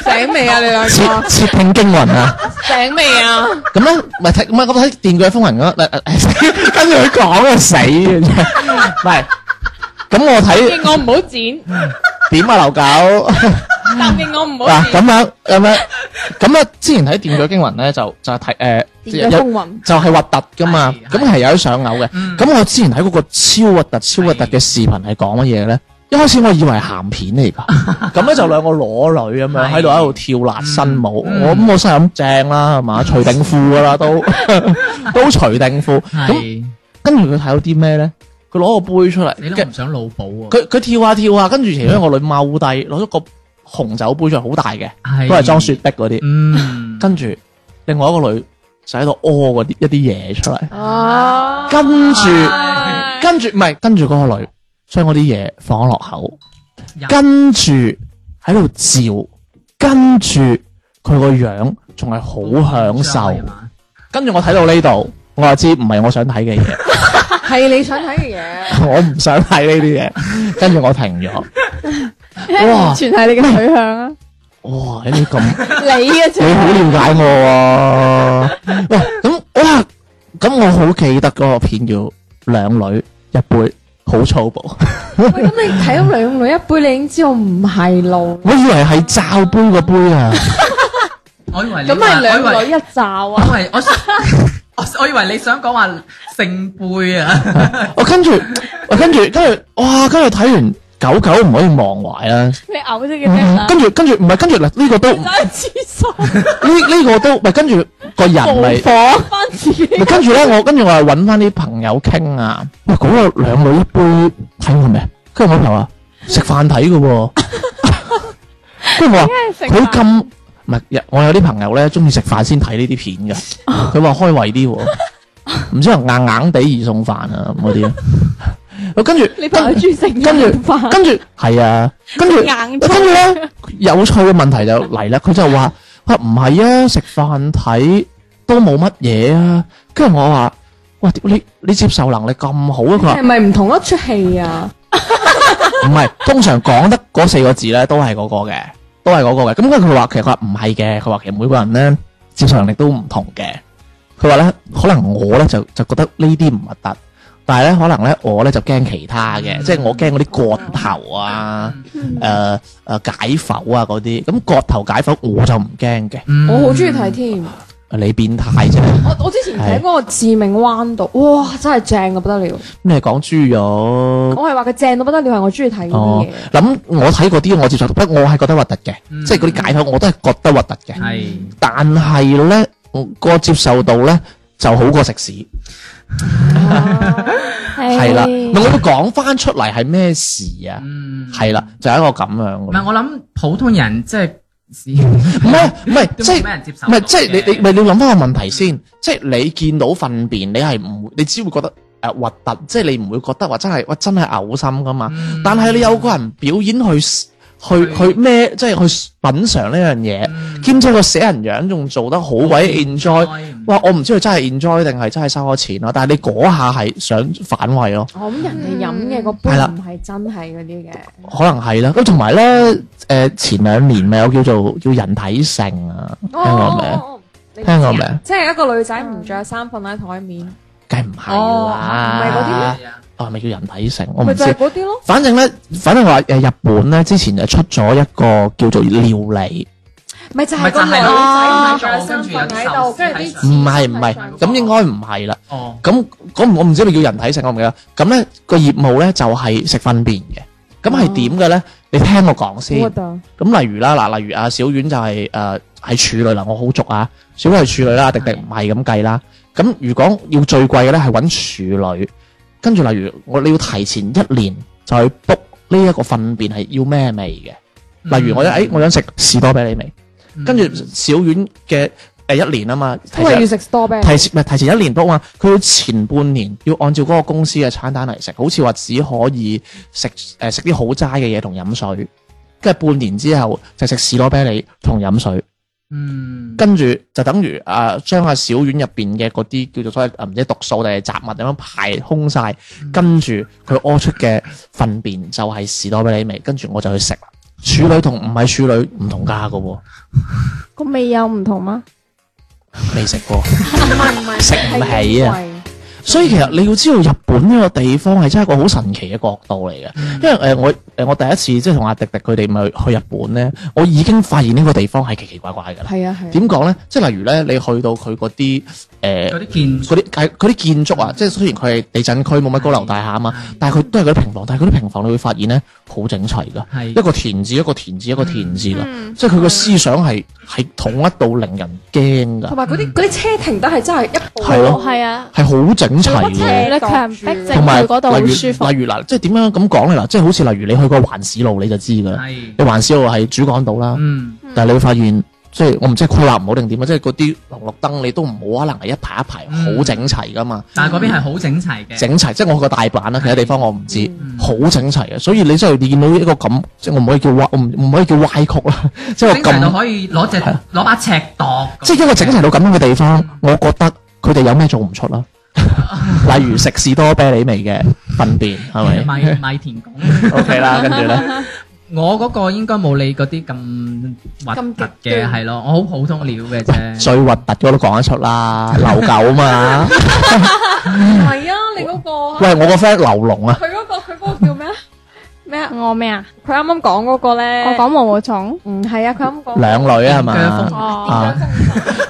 Speaker 5: 醒未啊？你兩
Speaker 2: 竊
Speaker 5: 個
Speaker 2: 竊聽驚魂啊！
Speaker 5: 醒未啊？
Speaker 2: 咁咧，唔係睇唔係咁睇《電鋸風雲》嗰， 跟住佢講就死嘅啫，唔係。咁我睇
Speaker 5: 我唔好剪，
Speaker 2: 點啊，劉九。
Speaker 5: 答應我唔
Speaker 2: 嗱咁樣咁樣咁啊！之前睇《電鋸驚魂》咧，就就係睇誒
Speaker 5: 電鋸風雲
Speaker 2: 就係核突噶嘛，
Speaker 3: 係嗯
Speaker 2: 咁係有啲上嘔嘅。咁我之前睇嗰個超核突、超核突嘅視頻係講乜嘢咧？一開始我以為係鹹片嚟 㗎，咁咧就兩個裸女咁樣
Speaker 3: 係
Speaker 2: 喺度喺度跳辣身舞，
Speaker 3: 嗯
Speaker 2: 我咁我心諗正啦，係嘛？除定褲㗎啦， 都都除定褲。咁
Speaker 3: 系，
Speaker 2: 跟住佢睇到啲咩咧？佢攞個杯出
Speaker 3: 你
Speaker 2: 嚟，
Speaker 3: 都
Speaker 2: 跟
Speaker 3: 唔想腦補喎，
Speaker 2: 佢佢跳下跳下，跟住其中一個女踎低，攞咗個紅酒杯出嚟，好大嘅。
Speaker 3: 係
Speaker 2: 都係裝雪，碧嗰啲。
Speaker 3: 嗯，
Speaker 2: 跟住另外一個女就喺度屙嗰啲一啲嘢出
Speaker 3: 啊
Speaker 2: 嚟，
Speaker 5: 哦，
Speaker 2: 跟住跟住唔係跟住嗰個女將嗰啲嘢放落口，
Speaker 3: 呀
Speaker 2: 跟住喺度照，跟住佢個樣仲係好享受。跟住我睇到呢度，我就知唔係我想睇嘅嘢，
Speaker 5: 係你想睇嘅嘢，
Speaker 2: 我唔想睇呢啲嘢。跟住我停咗。哇
Speaker 4: 全係你嘅取向啊！
Speaker 2: 哇！你咁〜
Speaker 4: 你
Speaker 5: 啊
Speaker 4: 嘅取
Speaker 2: 你好
Speaker 4: 向
Speaker 2: 了解我喎、喂，咁哇，咁我好記得嗰個片叫《兩女一杯》，好粗暴。
Speaker 5: 喂，咁你睇到兩女一杯，你已經知道唔係路，
Speaker 2: 我以為係罩杯個杯啊，
Speaker 3: 我以為你
Speaker 5: 咁咪
Speaker 3: 話
Speaker 5: 兩
Speaker 3: 我以為
Speaker 5: 女一罩啊！
Speaker 3: 我以為我想 我我以為你想講話聖杯啊，
Speaker 2: 我跟住，我跟住，跟住，哇！跟住睇完狗狗唔可以忘懷啦。
Speaker 4: 你嘔咗嘅咩啦？
Speaker 2: 跟住，跟住唔係跟住嗱，呢個都呢
Speaker 5: 喺廁所
Speaker 2: 呢個都唔係跟住個人
Speaker 4: 啊
Speaker 5: 模
Speaker 2: 咪。
Speaker 5: 仿翻自己，
Speaker 2: 咪跟住咧，我跟住我係揾翻啲朋友傾啊，喂，嗰、個兩女一杯睇過未？跟住我朋友話食飯睇嘅 喎，跟住我話
Speaker 4: 食
Speaker 2: 佢
Speaker 4: 飯
Speaker 2: 咁唔係，我有啲朋友咧中意食飯先睇呢啲片嘅，佢話開胃啲喎，唔知係硬硬地易送飯啊咁嗰啲， 我跟住
Speaker 5: 你朋友
Speaker 2: 跟
Speaker 5: 中意食
Speaker 2: 跟住
Speaker 5: 人飯，
Speaker 2: 跟住係啊，跟 住
Speaker 4: 硬
Speaker 2: 跟住咧，有趣嘅問題就嚟啦。佢就話：，佢話唔係啊，食飯睇都冇乜嘢啊。跟住我話：，喂，你你接受能力咁好啊？佢話
Speaker 5: 係咪唔同一出戲啊？
Speaker 2: 唔係，通常講得嗰四個字咧都係嗰個嘅，都係嗰個嘅。咁跟住佢話，其實佢話唔係嘅，佢話其實每個人咧接受能力都唔同嘅。佢話咧，可能我咧就就覺得呢啲唔核突，但係咧可能咧我咧就驚其他嘅，即係我驚嗰啲割頭啊、誒誒、解剖啊嗰啲。咁割頭解剖我就唔驚嘅，
Speaker 3: 嗯
Speaker 5: 我好中意睇添。
Speaker 2: 你變態啫。
Speaker 5: 我我之前睇嗰個《致命彎道》，哇，真係正到不得了！
Speaker 2: 咩講豬肉？
Speaker 5: 我係話佢正到不得了，係我中意睇呢啲
Speaker 2: 哦
Speaker 5: 嘢。，
Speaker 2: 咁我睇嗰啲我接受到，不過我係覺得核突嘅，
Speaker 3: 嗯
Speaker 2: 即係嗰啲解剖我都係覺得核突嘅。
Speaker 3: 係
Speaker 2: 但係咧，我個接受度咧就好過食屎，
Speaker 5: 啊
Speaker 4: 哎
Speaker 2: 係啦。唔係我會講翻出嚟係咩事啊？
Speaker 3: 嗯，
Speaker 2: 係啦，就係一個咁樣
Speaker 3: 唔
Speaker 2: 嘅
Speaker 3: 係我諗普通人即係
Speaker 2: 唔係唔係，
Speaker 3: 都
Speaker 2: 即
Speaker 3: 冇
Speaker 2: 係
Speaker 3: 咩人接受
Speaker 2: 唔
Speaker 3: 到嘅，
Speaker 2: 係即係你你咪你要諗翻個問題先，即係你見到糞便，你係唔會，你只會覺得誒核突，即係你唔會覺得話真係哇真係嘔心噶嘛。
Speaker 3: 嗯
Speaker 2: 但係你有個人表演去 s- 去去咩，即係去品嚐呢樣
Speaker 3: 嗯
Speaker 2: 嘢，兼且個死人樣仲做得好鬼 enjoy。哇！我唔知佢真係 enjoy 定係真係收咗錢咯，但係你嗰下係想反胃咯，
Speaker 5: 我哦咁人哋飲嘅個杯
Speaker 2: 係啦
Speaker 5: 唔係真係嗰啲嘅，
Speaker 2: 可能係啦。咁同埋咧，誒、前兩年咪有叫做叫人體性啊，聽過未？
Speaker 5: 哦，你
Speaker 2: 聽過未？
Speaker 5: 即係一個女仔唔着衫瞓喺台面，
Speaker 2: 梗係唔係
Speaker 5: 哦唔係嗰啲
Speaker 2: 啦
Speaker 5: 咩？
Speaker 3: 啊
Speaker 2: 哦，係咪叫人體性？我
Speaker 5: 咪
Speaker 2: 唔
Speaker 5: 就
Speaker 2: 知
Speaker 5: 係。嗰啲咯。
Speaker 2: 反正咧，反正話誒日本咧之前就出咗一個叫做料理，
Speaker 5: 咪就係
Speaker 3: 咪就
Speaker 5: 個
Speaker 3: 係
Speaker 5: 女仔唔
Speaker 3: 咯
Speaker 5: 係着衫瞓喺度，跟住啲
Speaker 2: 唔係唔係，咁應該唔係啦。
Speaker 3: 哦，
Speaker 2: 咁咁我唔知你叫人體性，我唔記得。咁咧個業務咧就係食糞便嘅。咁
Speaker 5: 哦
Speaker 2: 係點嘅咧？你聽我講先。咁例如啦，嗱，例如啊，小丸就係誒係處女啦，我好俗啊，小丸係處女啦，迪迪唔係咁計啦。咁如果要最貴嘅咧，係揾處女，跟住例如我你要提前一年就去 book 呢一個糞便係要咩味
Speaker 5: 嗯
Speaker 2: 嘅。例如我誒、哎我想食士多啤梨味，
Speaker 3: 嗯
Speaker 2: 跟住小丸嘅誒一年啊嘛，提
Speaker 5: 因為
Speaker 2: 前
Speaker 5: 要食 store
Speaker 2: 提
Speaker 5: bag，
Speaker 2: 前唔係提前一年 book 嘛，佢要前半年要按照嗰個公司嘅餐單嚟食，好似話只可以食誒食啲好齋嘅嘢同飲水，跟住半年之後就食士多啤梨同飲水，
Speaker 3: 嗯
Speaker 2: 跟住就等於啊將阿小丸入邊嘅嗰啲叫做所謂啊唔知毒素定係雜物咁樣排空晒，跟住佢屙出嘅糞便就係士多啤梨味，跟住我就去食啦。處女同唔係處女唔同價噶喎，
Speaker 4: 個味有唔同嗎？
Speaker 2: 未食過。
Speaker 5: 唔係唔係
Speaker 2: 食唔起啊！所以其實你要知道日本呢個地方係真係一個好神奇嘅國度嚟嘅，
Speaker 5: 嗯
Speaker 2: 因為誒、呃我誒、呃我第一次即係同阿迪迪佢哋咪去日本咧，我已經發現呢個地方係奇奇怪怪㗎啦。
Speaker 5: 係啊係啊，
Speaker 2: 點講咧？即係例如咧，你去到佢嗰啲誒
Speaker 3: 嗰啲建
Speaker 2: 嗰啲係嗰啲建築啊，即係雖然佢係地震區冇乜高樓大廈啊嘛，
Speaker 5: 嗯
Speaker 2: 但係佢都係嗰啲平房，但係嗰啲平房你會發現咧好整齊㗎，
Speaker 3: 係
Speaker 2: 一個田字一個田字一個田字㗎，
Speaker 5: 嗯
Speaker 2: 即係佢個思想係係統一到令人驚
Speaker 5: 同
Speaker 2: 㗎，
Speaker 5: 埋嗰啲嗰啲車停得係真係一步
Speaker 2: 嗯係咯
Speaker 4: 哦，係啊。
Speaker 2: 係好整齊
Speaker 4: 即
Speaker 2: 㗎。
Speaker 4: 係你強迫症
Speaker 2: 同埋
Speaker 4: 去嗰度好
Speaker 2: 例如
Speaker 4: 舒服，
Speaker 2: 例如嗱，即係點樣咁講咧？嗱，即係好似例如你去過環市路，你就知噶啦。
Speaker 3: 係
Speaker 2: 你環市路係主港島啦，
Speaker 3: 嗯
Speaker 2: 但係你會發現，即係我唔知係規劃唔好定點啊！即係嗰啲紅綠燈你都冇可能係一排一排
Speaker 3: 嗯
Speaker 2: 好整齊噶嘛，
Speaker 3: 但係嗰邊係好整齊嘅，
Speaker 2: 整齊即係我去過大阪啦，其他地方我唔知
Speaker 3: 嗯，
Speaker 2: 好整齊嘅。所以你真係見到一個咁，即係我唔可以叫歪，我唔唔可以叫歪曲 啦，即係
Speaker 3: 整齊到
Speaker 2: 咁，
Speaker 3: 可以攞隻攞把尺度，
Speaker 2: 即係一個整齊到咁樣嘅地方，
Speaker 3: 嗯
Speaker 2: 我覺得佢哋有咩做唔出 啦？例如食士多啤梨味嘅糞便 係咪
Speaker 3: 米米田共。
Speaker 2: ？OK 啦，跟住咧。
Speaker 3: 我嗰個應該冇你嗰啲咁核突嘅，係咯，我好普通料嘅啫。
Speaker 2: 最核突嗰個都講得出 啦，流狗嘛。
Speaker 5: 唔係啊！你嗰個
Speaker 2: 喂，我個 friend 流龍啊，
Speaker 5: 佢嗰個佢嗰個叫咩啊？咩啊？
Speaker 4: 我咩啊？
Speaker 5: 佢啱啱講嗰個咧，
Speaker 4: 我講毛毛蟲，
Speaker 5: 嗯係啊，佢啱啱講
Speaker 2: 兩女啊係
Speaker 3: 腳
Speaker 2: 嘛。
Speaker 3: 風
Speaker 4: 哦，
Speaker 2: 啊！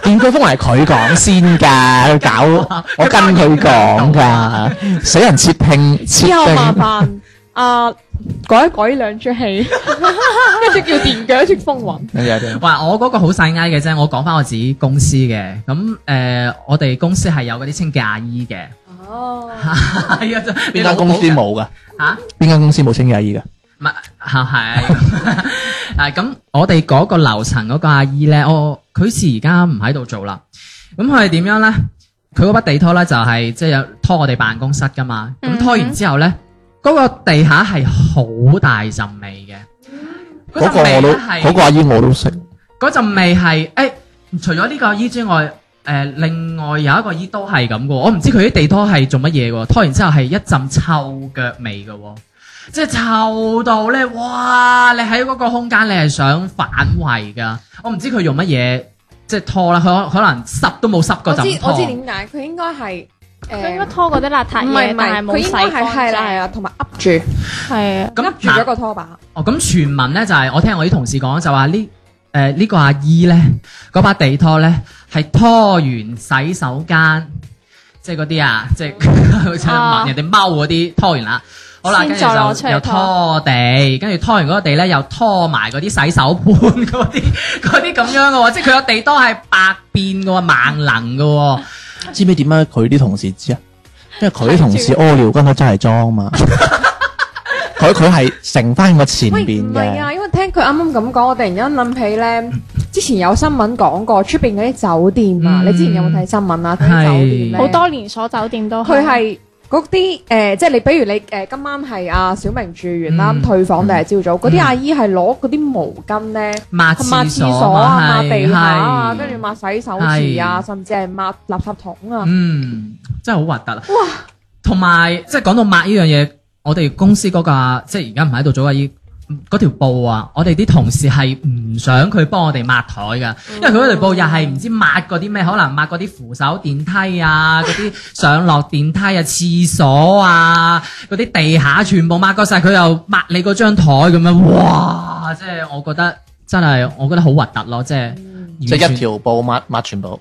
Speaker 2: 電鋸風雲係佢講先㗎，佢 搞我跟佢講㗎，死人竊聽竊
Speaker 5: 之後 麻
Speaker 2: 聽，
Speaker 5: 煩啊改一改呢兩出戲，跟住叫電鋸一出風雲。
Speaker 2: 有啲
Speaker 3: 哇！我嗰個好細埃嘅啫，我講翻我自己公司嘅。咁誒、呃我哋公司係有嗰啲清潔阿姨嘅。
Speaker 5: 哦，
Speaker 3: 係啊，
Speaker 2: 邊間公司冇㗎？
Speaker 3: 嚇？
Speaker 2: 邊間公司冇清潔阿姨㗎？
Speaker 3: 唔係嚇係 啊！咁我哋嗰個樓層嗰個阿姨咧，我佢是而家唔喺度做啦。咁佢係點樣咧？佢嗰筆地拖咧就係即係有拖我哋辦公室噶嘛。咁拖完之後咧，
Speaker 2: 嗯
Speaker 3: 嗰、個地下係好大陣味嘅。
Speaker 2: 嗰
Speaker 3: 陣
Speaker 2: 個我
Speaker 3: 味
Speaker 2: 都
Speaker 3: 呢係
Speaker 2: 嗰個阿姨我都識，
Speaker 3: 嗰陣味係誒，除咗呢個衣之外，誒、另外有一個衣都係咁嘅喎。我唔知佢啲地拖係做乜嘢嘅喎，拖完之後係一陣臭腳味嘅喎，即係臭到咧，哇！你喺嗰個空間你係想反胃㗎。我唔知佢用乜嘢。即係拖啦，佢可可能濕都冇濕
Speaker 5: 我
Speaker 3: 過就
Speaker 5: 知
Speaker 3: 唔
Speaker 5: 我知
Speaker 3: 拖。
Speaker 5: 點解，佢應該係
Speaker 4: 佢應該
Speaker 5: 誒，
Speaker 4: 拖過啲邋遢
Speaker 5: 唔係
Speaker 4: 嘢，
Speaker 5: 唔係，
Speaker 4: 但係
Speaker 5: 佢
Speaker 4: 冇
Speaker 5: 應
Speaker 4: 洗
Speaker 5: 該係係啦係
Speaker 4: 乾淨。
Speaker 5: 啦，同埋噏住
Speaker 4: 係啊，
Speaker 5: 噏
Speaker 3: 咁
Speaker 5: 住
Speaker 3: 嗱
Speaker 5: 咗個拖把，
Speaker 3: 哦，咁傳聞咧就係、我聽我啲同事講就話呢誒呢個阿姨咧嗰把地拖咧係拖完洗手間，即係嗰啲啊， 即係
Speaker 5: 哦
Speaker 3: 好似
Speaker 4: 啊
Speaker 3: 問人哋踎嗰啲拖完啦。好啦，
Speaker 4: 先
Speaker 3: 跟住
Speaker 4: 再攞出
Speaker 3: 就
Speaker 4: 嚟
Speaker 3: 又拖地，跟住拖完嗰個地咧，又拖埋嗰啲洗手盤嗰啲 嗰啲咁樣嘅喎，即係佢個地多係百變嘅喎，萬能嘅喎。
Speaker 2: 知唔知點解佢啲同事知啊？因為佢啲同事屙尿跟佢真係裝 嘛，佢佢係成翻個前
Speaker 5: 喂，
Speaker 2: 邊
Speaker 5: 唔係啊，
Speaker 2: 嘅，
Speaker 5: 因為聽佢啱啱咁講，我突然間諗起咧，之前有新聞講過出邊嗰啲酒店啊，
Speaker 3: 嗯
Speaker 5: 你之前有冇睇新聞啊？嗰啲酒店呢
Speaker 4: 好多連鎖酒店都
Speaker 5: 佢係嗰啲誒，即係你比如你誒今晚係阿小明住完啦，
Speaker 3: 嗯
Speaker 5: 退房定係朝早，嗰啲
Speaker 3: 嗯
Speaker 5: 阿姨係攞嗰啲毛巾咧。
Speaker 3: 抹
Speaker 5: 抹
Speaker 3: 廁
Speaker 5: 廁
Speaker 3: 所
Speaker 5: 所
Speaker 3: 啊
Speaker 5: 啊，抹
Speaker 3: 係
Speaker 5: 地下啊，
Speaker 3: 係
Speaker 5: 跟住抹洗手池啊，
Speaker 3: 係
Speaker 5: 甚至係抹垃圾桶啊。
Speaker 3: 嗯，真係好核突啊！哇，同埋即係講到抹呢樣嘢，我哋公司嗰架即係而家唔喺度做嘅依嗰條布啊，我哋啲同事係唔想佢幫我哋抹台㗎，因為佢嗰條布又係唔知抹嗰啲咩，可能抹嗰啲扶手電梯啊，嗰啲上落電梯啊、廁所啊、嗰啲地下全部抹過晒，佢又抹你嗰張台咁樣，哇！即係我覺得真係，我覺得好核突咯，即係
Speaker 2: 即係一
Speaker 3: 條
Speaker 2: 條布抹抹全部，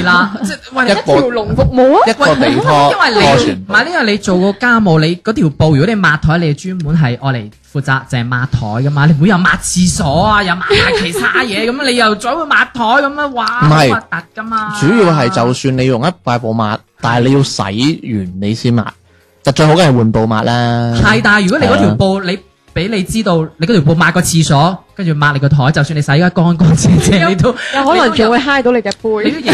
Speaker 3: 啦，即係喂
Speaker 2: 一個
Speaker 5: 龍服務啊，
Speaker 2: 一個地拖
Speaker 3: 因為
Speaker 2: 拖
Speaker 3: 你
Speaker 2: 全
Speaker 3: 唔
Speaker 2: 部。
Speaker 3: 係因為你做個家務，你嗰條布如果你抹台，你係專門係愛嚟負責淨係抹台噶嘛，你唔會又抹廁所啊，又抹其他嘢咁，你又再會抹台咁啊，哇，
Speaker 2: 唔
Speaker 3: 好
Speaker 2: 係
Speaker 3: 核突噶嘛。
Speaker 2: 主要係就算你用一塊布抹，但係你要洗完你先抹，就最好梗係換布抹啦。
Speaker 3: 係，但係如果你嗰
Speaker 2: 係
Speaker 3: 條
Speaker 2: 啊
Speaker 3: 布你俾你知道，你嗰條布抹個廁所，跟住抹你個台，就算你洗得乾乾 淨淨，你都
Speaker 5: 有可能仲會揩到你嘅杯
Speaker 3: 你都。認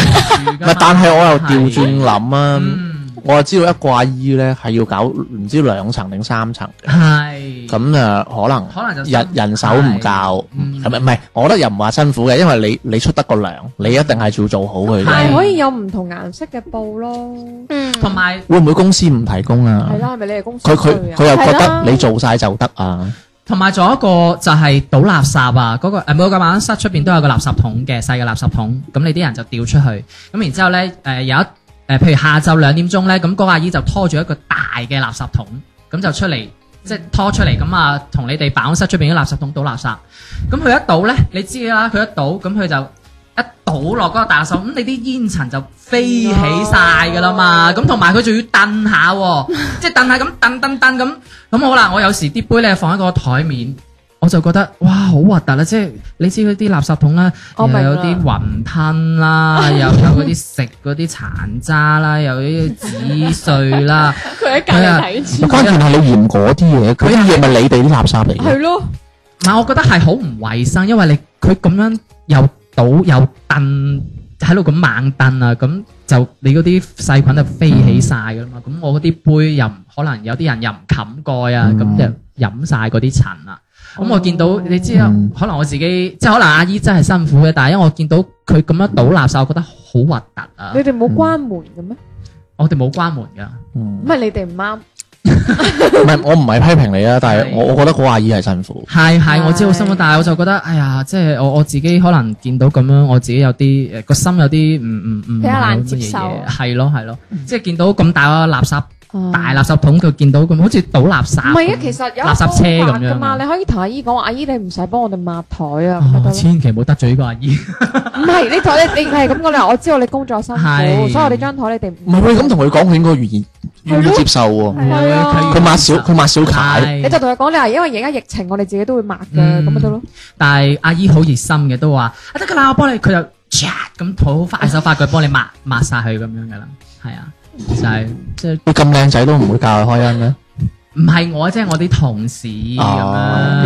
Speaker 2: 唔
Speaker 3: 住㗎嘛
Speaker 2: 係，但係我又調轉諗啊，
Speaker 3: 嗯
Speaker 2: 我就知道一個阿姨咧係要搞唔知兩層定三層嘅。
Speaker 3: 係
Speaker 2: 咁啊，可能
Speaker 3: 可能就辛
Speaker 2: 人人手唔夠，
Speaker 3: 嗯
Speaker 2: 係咪？唔係，我覺得又唔話辛苦嘅，因為你你出得個糧，你一定係要做好佢
Speaker 3: 係
Speaker 5: 係
Speaker 2: 嘅。
Speaker 5: 可以有唔同顏色嘅布咯，
Speaker 4: 嗯，
Speaker 3: 同埋。
Speaker 2: 會唔會公司唔提供啊？
Speaker 5: 係啦，係咪你哋公司
Speaker 2: 佢佢
Speaker 5: 去啊
Speaker 2: 佢又覺
Speaker 4: 係啦
Speaker 2: 得你做晒就得啊？
Speaker 3: 同埋仲有一個就係倒垃圾啊！嗰、個誒每個辦公室出邊都有個垃圾桶嘅細嘅垃圾桶，咁你啲人就掉出去。咁然之後咧誒、有一誒、譬如下晝兩點鐘咧，咁、嗰個阿姨就拖住一個大嘅垃圾桶，咁就出嚟即係拖出嚟咁啊，同你哋辦公室出邊啲垃圾桶倒垃圾。咁佢一倒咧，你知㗎啦，佢一倒咁佢就一倒落嗰個大垃圾桶，咁你啲煙塵就飛起晒㗎啦
Speaker 5: 哦
Speaker 3: 嘛。咁同埋佢仲要蹬下喎，即係蹬下咁蹬蹬蹬咁。咁好啦，我有時啲杯咧放喺個台面，我就覺得哇好核突啊啦！即係你知嗰啲垃圾桶啦，
Speaker 5: 我
Speaker 3: 又
Speaker 5: 明啦
Speaker 3: 有啲雲吞啦，又有嗰啲食嗰啲殘渣啦，又有啲紙碎啦，
Speaker 4: 佢喺
Speaker 3: 隔離
Speaker 4: 睇
Speaker 2: 關鍵係你嫌嗰啲嘢，佢啲嘢咪你哋啲垃圾嚟嘅。
Speaker 5: 啊係咯，
Speaker 3: 唔啊係我覺得係好唔衞生，因為你佢咁樣又倒又蹬喺度咁猛蹬啊，咁就你嗰啲細菌就飛起晒㗎啦嘛。咁我嗰啲杯又唔可能有啲人又唔冚蓋啊，咁、就飲晒嗰啲塵啊。咁我見到你知啊
Speaker 2: 嗯，
Speaker 3: 可能我自己即係可能阿姨真係辛苦嘅，但係因為我見到佢咁樣倒垃圾，我覺得好核突啊
Speaker 5: 你！哋冇關門嘅咩？
Speaker 3: 我哋冇關門㗎，
Speaker 2: 嗯
Speaker 5: 唔係你哋唔啱，
Speaker 2: 唔係，我唔係批評你啊，但係
Speaker 3: 係
Speaker 2: 我我覺得嗰個阿姨係辛苦。
Speaker 3: 係係我知好辛苦，
Speaker 5: 係
Speaker 3: 但係我就覺得哎呀，即係我我自己可能見到咁樣，我自己有啲誒個心有啲唔唔唔
Speaker 4: 比較難
Speaker 3: 係好乜嘢
Speaker 4: 接受
Speaker 5: 啊
Speaker 3: 嘢係咯係咯，
Speaker 5: 嗯
Speaker 3: 即係見到咁大個垃圾大
Speaker 5: 大
Speaker 3: 垃圾桶，佢見到咁好似倒垃圾咁，
Speaker 5: 唔係啊，其實有
Speaker 3: 垃圾車咁樣
Speaker 5: 噶嘛，
Speaker 3: 啊
Speaker 5: 你可以同阿姨講話，阿姨你唔使幫我哋抹台啊，咪
Speaker 3: 哦
Speaker 5: 得咯
Speaker 3: 千祈唔好得罪呢個阿姨。
Speaker 5: 唔係你台你你係咁講你話，我知道你工作辛苦，所
Speaker 3: 係
Speaker 5: 以我哋張台你哋唔
Speaker 2: 唔係喂，咁同佢講，佢應該願意願意接受喎。
Speaker 5: 係啊
Speaker 2: 佢抹小佢抹小楷，
Speaker 5: 你就同佢講你話，因為而家疫情，我哋自己都會抹嘅，
Speaker 3: 嗯
Speaker 5: 咁咪得咯。
Speaker 3: 但係阿姨好熱心嘅，都話啊得㗎啦，我幫你，佢就 c 咁好快手快腳幫你抹抹晒佢咁樣㗎啦，係啊，就係即係
Speaker 2: 你咁靚仔都唔會教佢開恩咩？
Speaker 3: 唔係我即係我啲同事咁啊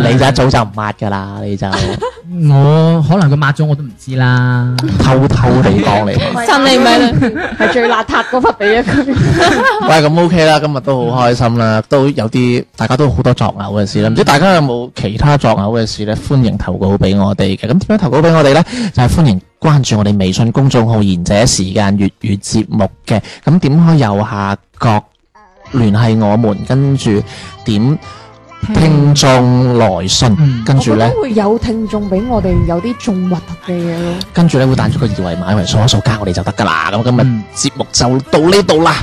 Speaker 2: 哦，
Speaker 3: 樣
Speaker 2: 你就一早就唔抹㗎啦，你就
Speaker 3: 我可能佢抹咗我都唔知啦，
Speaker 2: 偷偷地幫你。
Speaker 4: 真你咪
Speaker 5: 係最邋遢嗰忽俾咗佢。
Speaker 2: 喂，咁 OK 啦，今日都好開心啦，都有啲大家都好多作嘔嘅事啦，唔知大家有冇其他作嘔嘅事咧？歡迎投稿俾我哋嘅。咁點樣投稿俾我哋咧？就係、歡迎關注我哋微信公眾號《賢者時間粵語節目》嘅。咁點開右下角聯繫我們，跟住點聽眾來信
Speaker 3: 嗯，
Speaker 2: 跟住咧，
Speaker 5: 我覺得會有聽眾俾我哋有啲仲核突嘅嘢咯。
Speaker 2: 跟住咧會彈出個二維碼，以為掃一掃加我哋就得㗎啦。咁今日
Speaker 3: 嗯
Speaker 2: 節目就到呢度啦，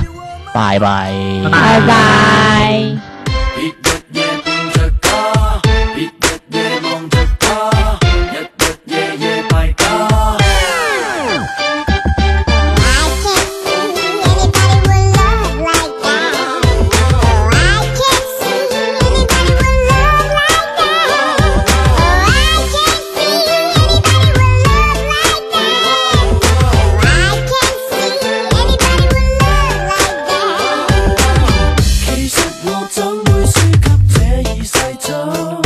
Speaker 2: 拜拜。
Speaker 4: 拜拜。
Speaker 6: 其實我怎會輸給這二世祖？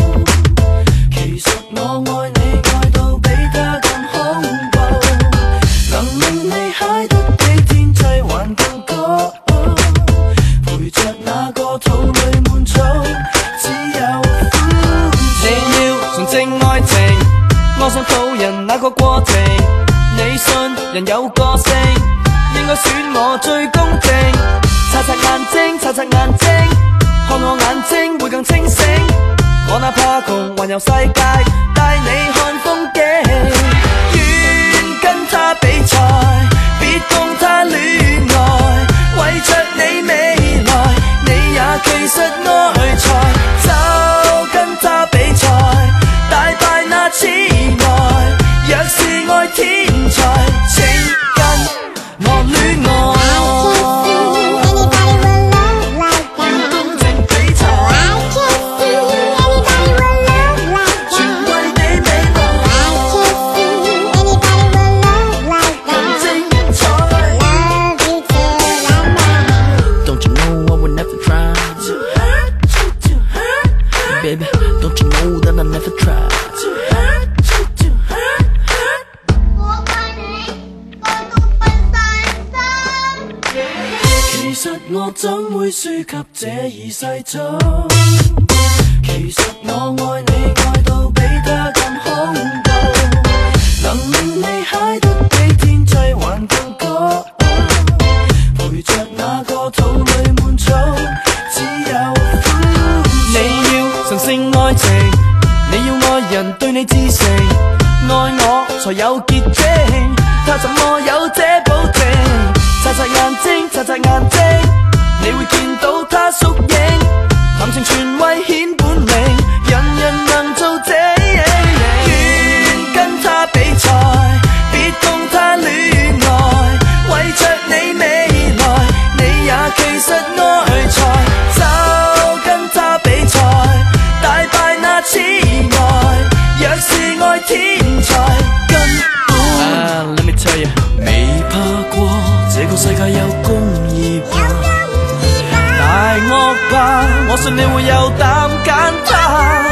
Speaker 6: 其實我愛你愛到比他更恐怖，能令你嗨得比天際還更高，陪着那個肚裏滿草，只有苦
Speaker 9: 你要純正愛情，愛上到人那個過程。你信人有個性，應該選我最公正。擦擦眼睛，擦擦眼睛，看我眼睛會更清醒。我哪怕窮，環遊世界，帶你看風景。願跟他比賽，別共他戀愛，為着你未來，你也其實愛才。就跟他比賽，大敗那痴愛。若是愛天才，請跟我戀愛。正比賽，全為你美麗，精彩。
Speaker 10: Don't you know I would never try?
Speaker 6: to hurt you, to hurt, hurt,
Speaker 10: Baby, don't you know that I never tried?
Speaker 6: to hurt you, to hurt, hurt. 其實我怎會輸給這二世祖？其實我愛你愛到比他更恐怖，能令你嗨得比天際還更高，陪着那個肚裏滿草，只有苦。
Speaker 9: 你要神聖愛情，你要愛人對你至誠，愛我才有結晶，他怎麼有這保證？擦擦眼睛，擦擦眼睛，你會見到他縮影，談情全為顯本領，人人能做這嘢。願跟他比賽，別共他戀愛，為着你未來，你也其實愛才。就跟他比賽，大敗那痴愛。若是愛天才，根本
Speaker 10: Ah, let me tell you.
Speaker 6: 未怕過，這個世界有公義吧？大惡吧，我信你會有膽揀他。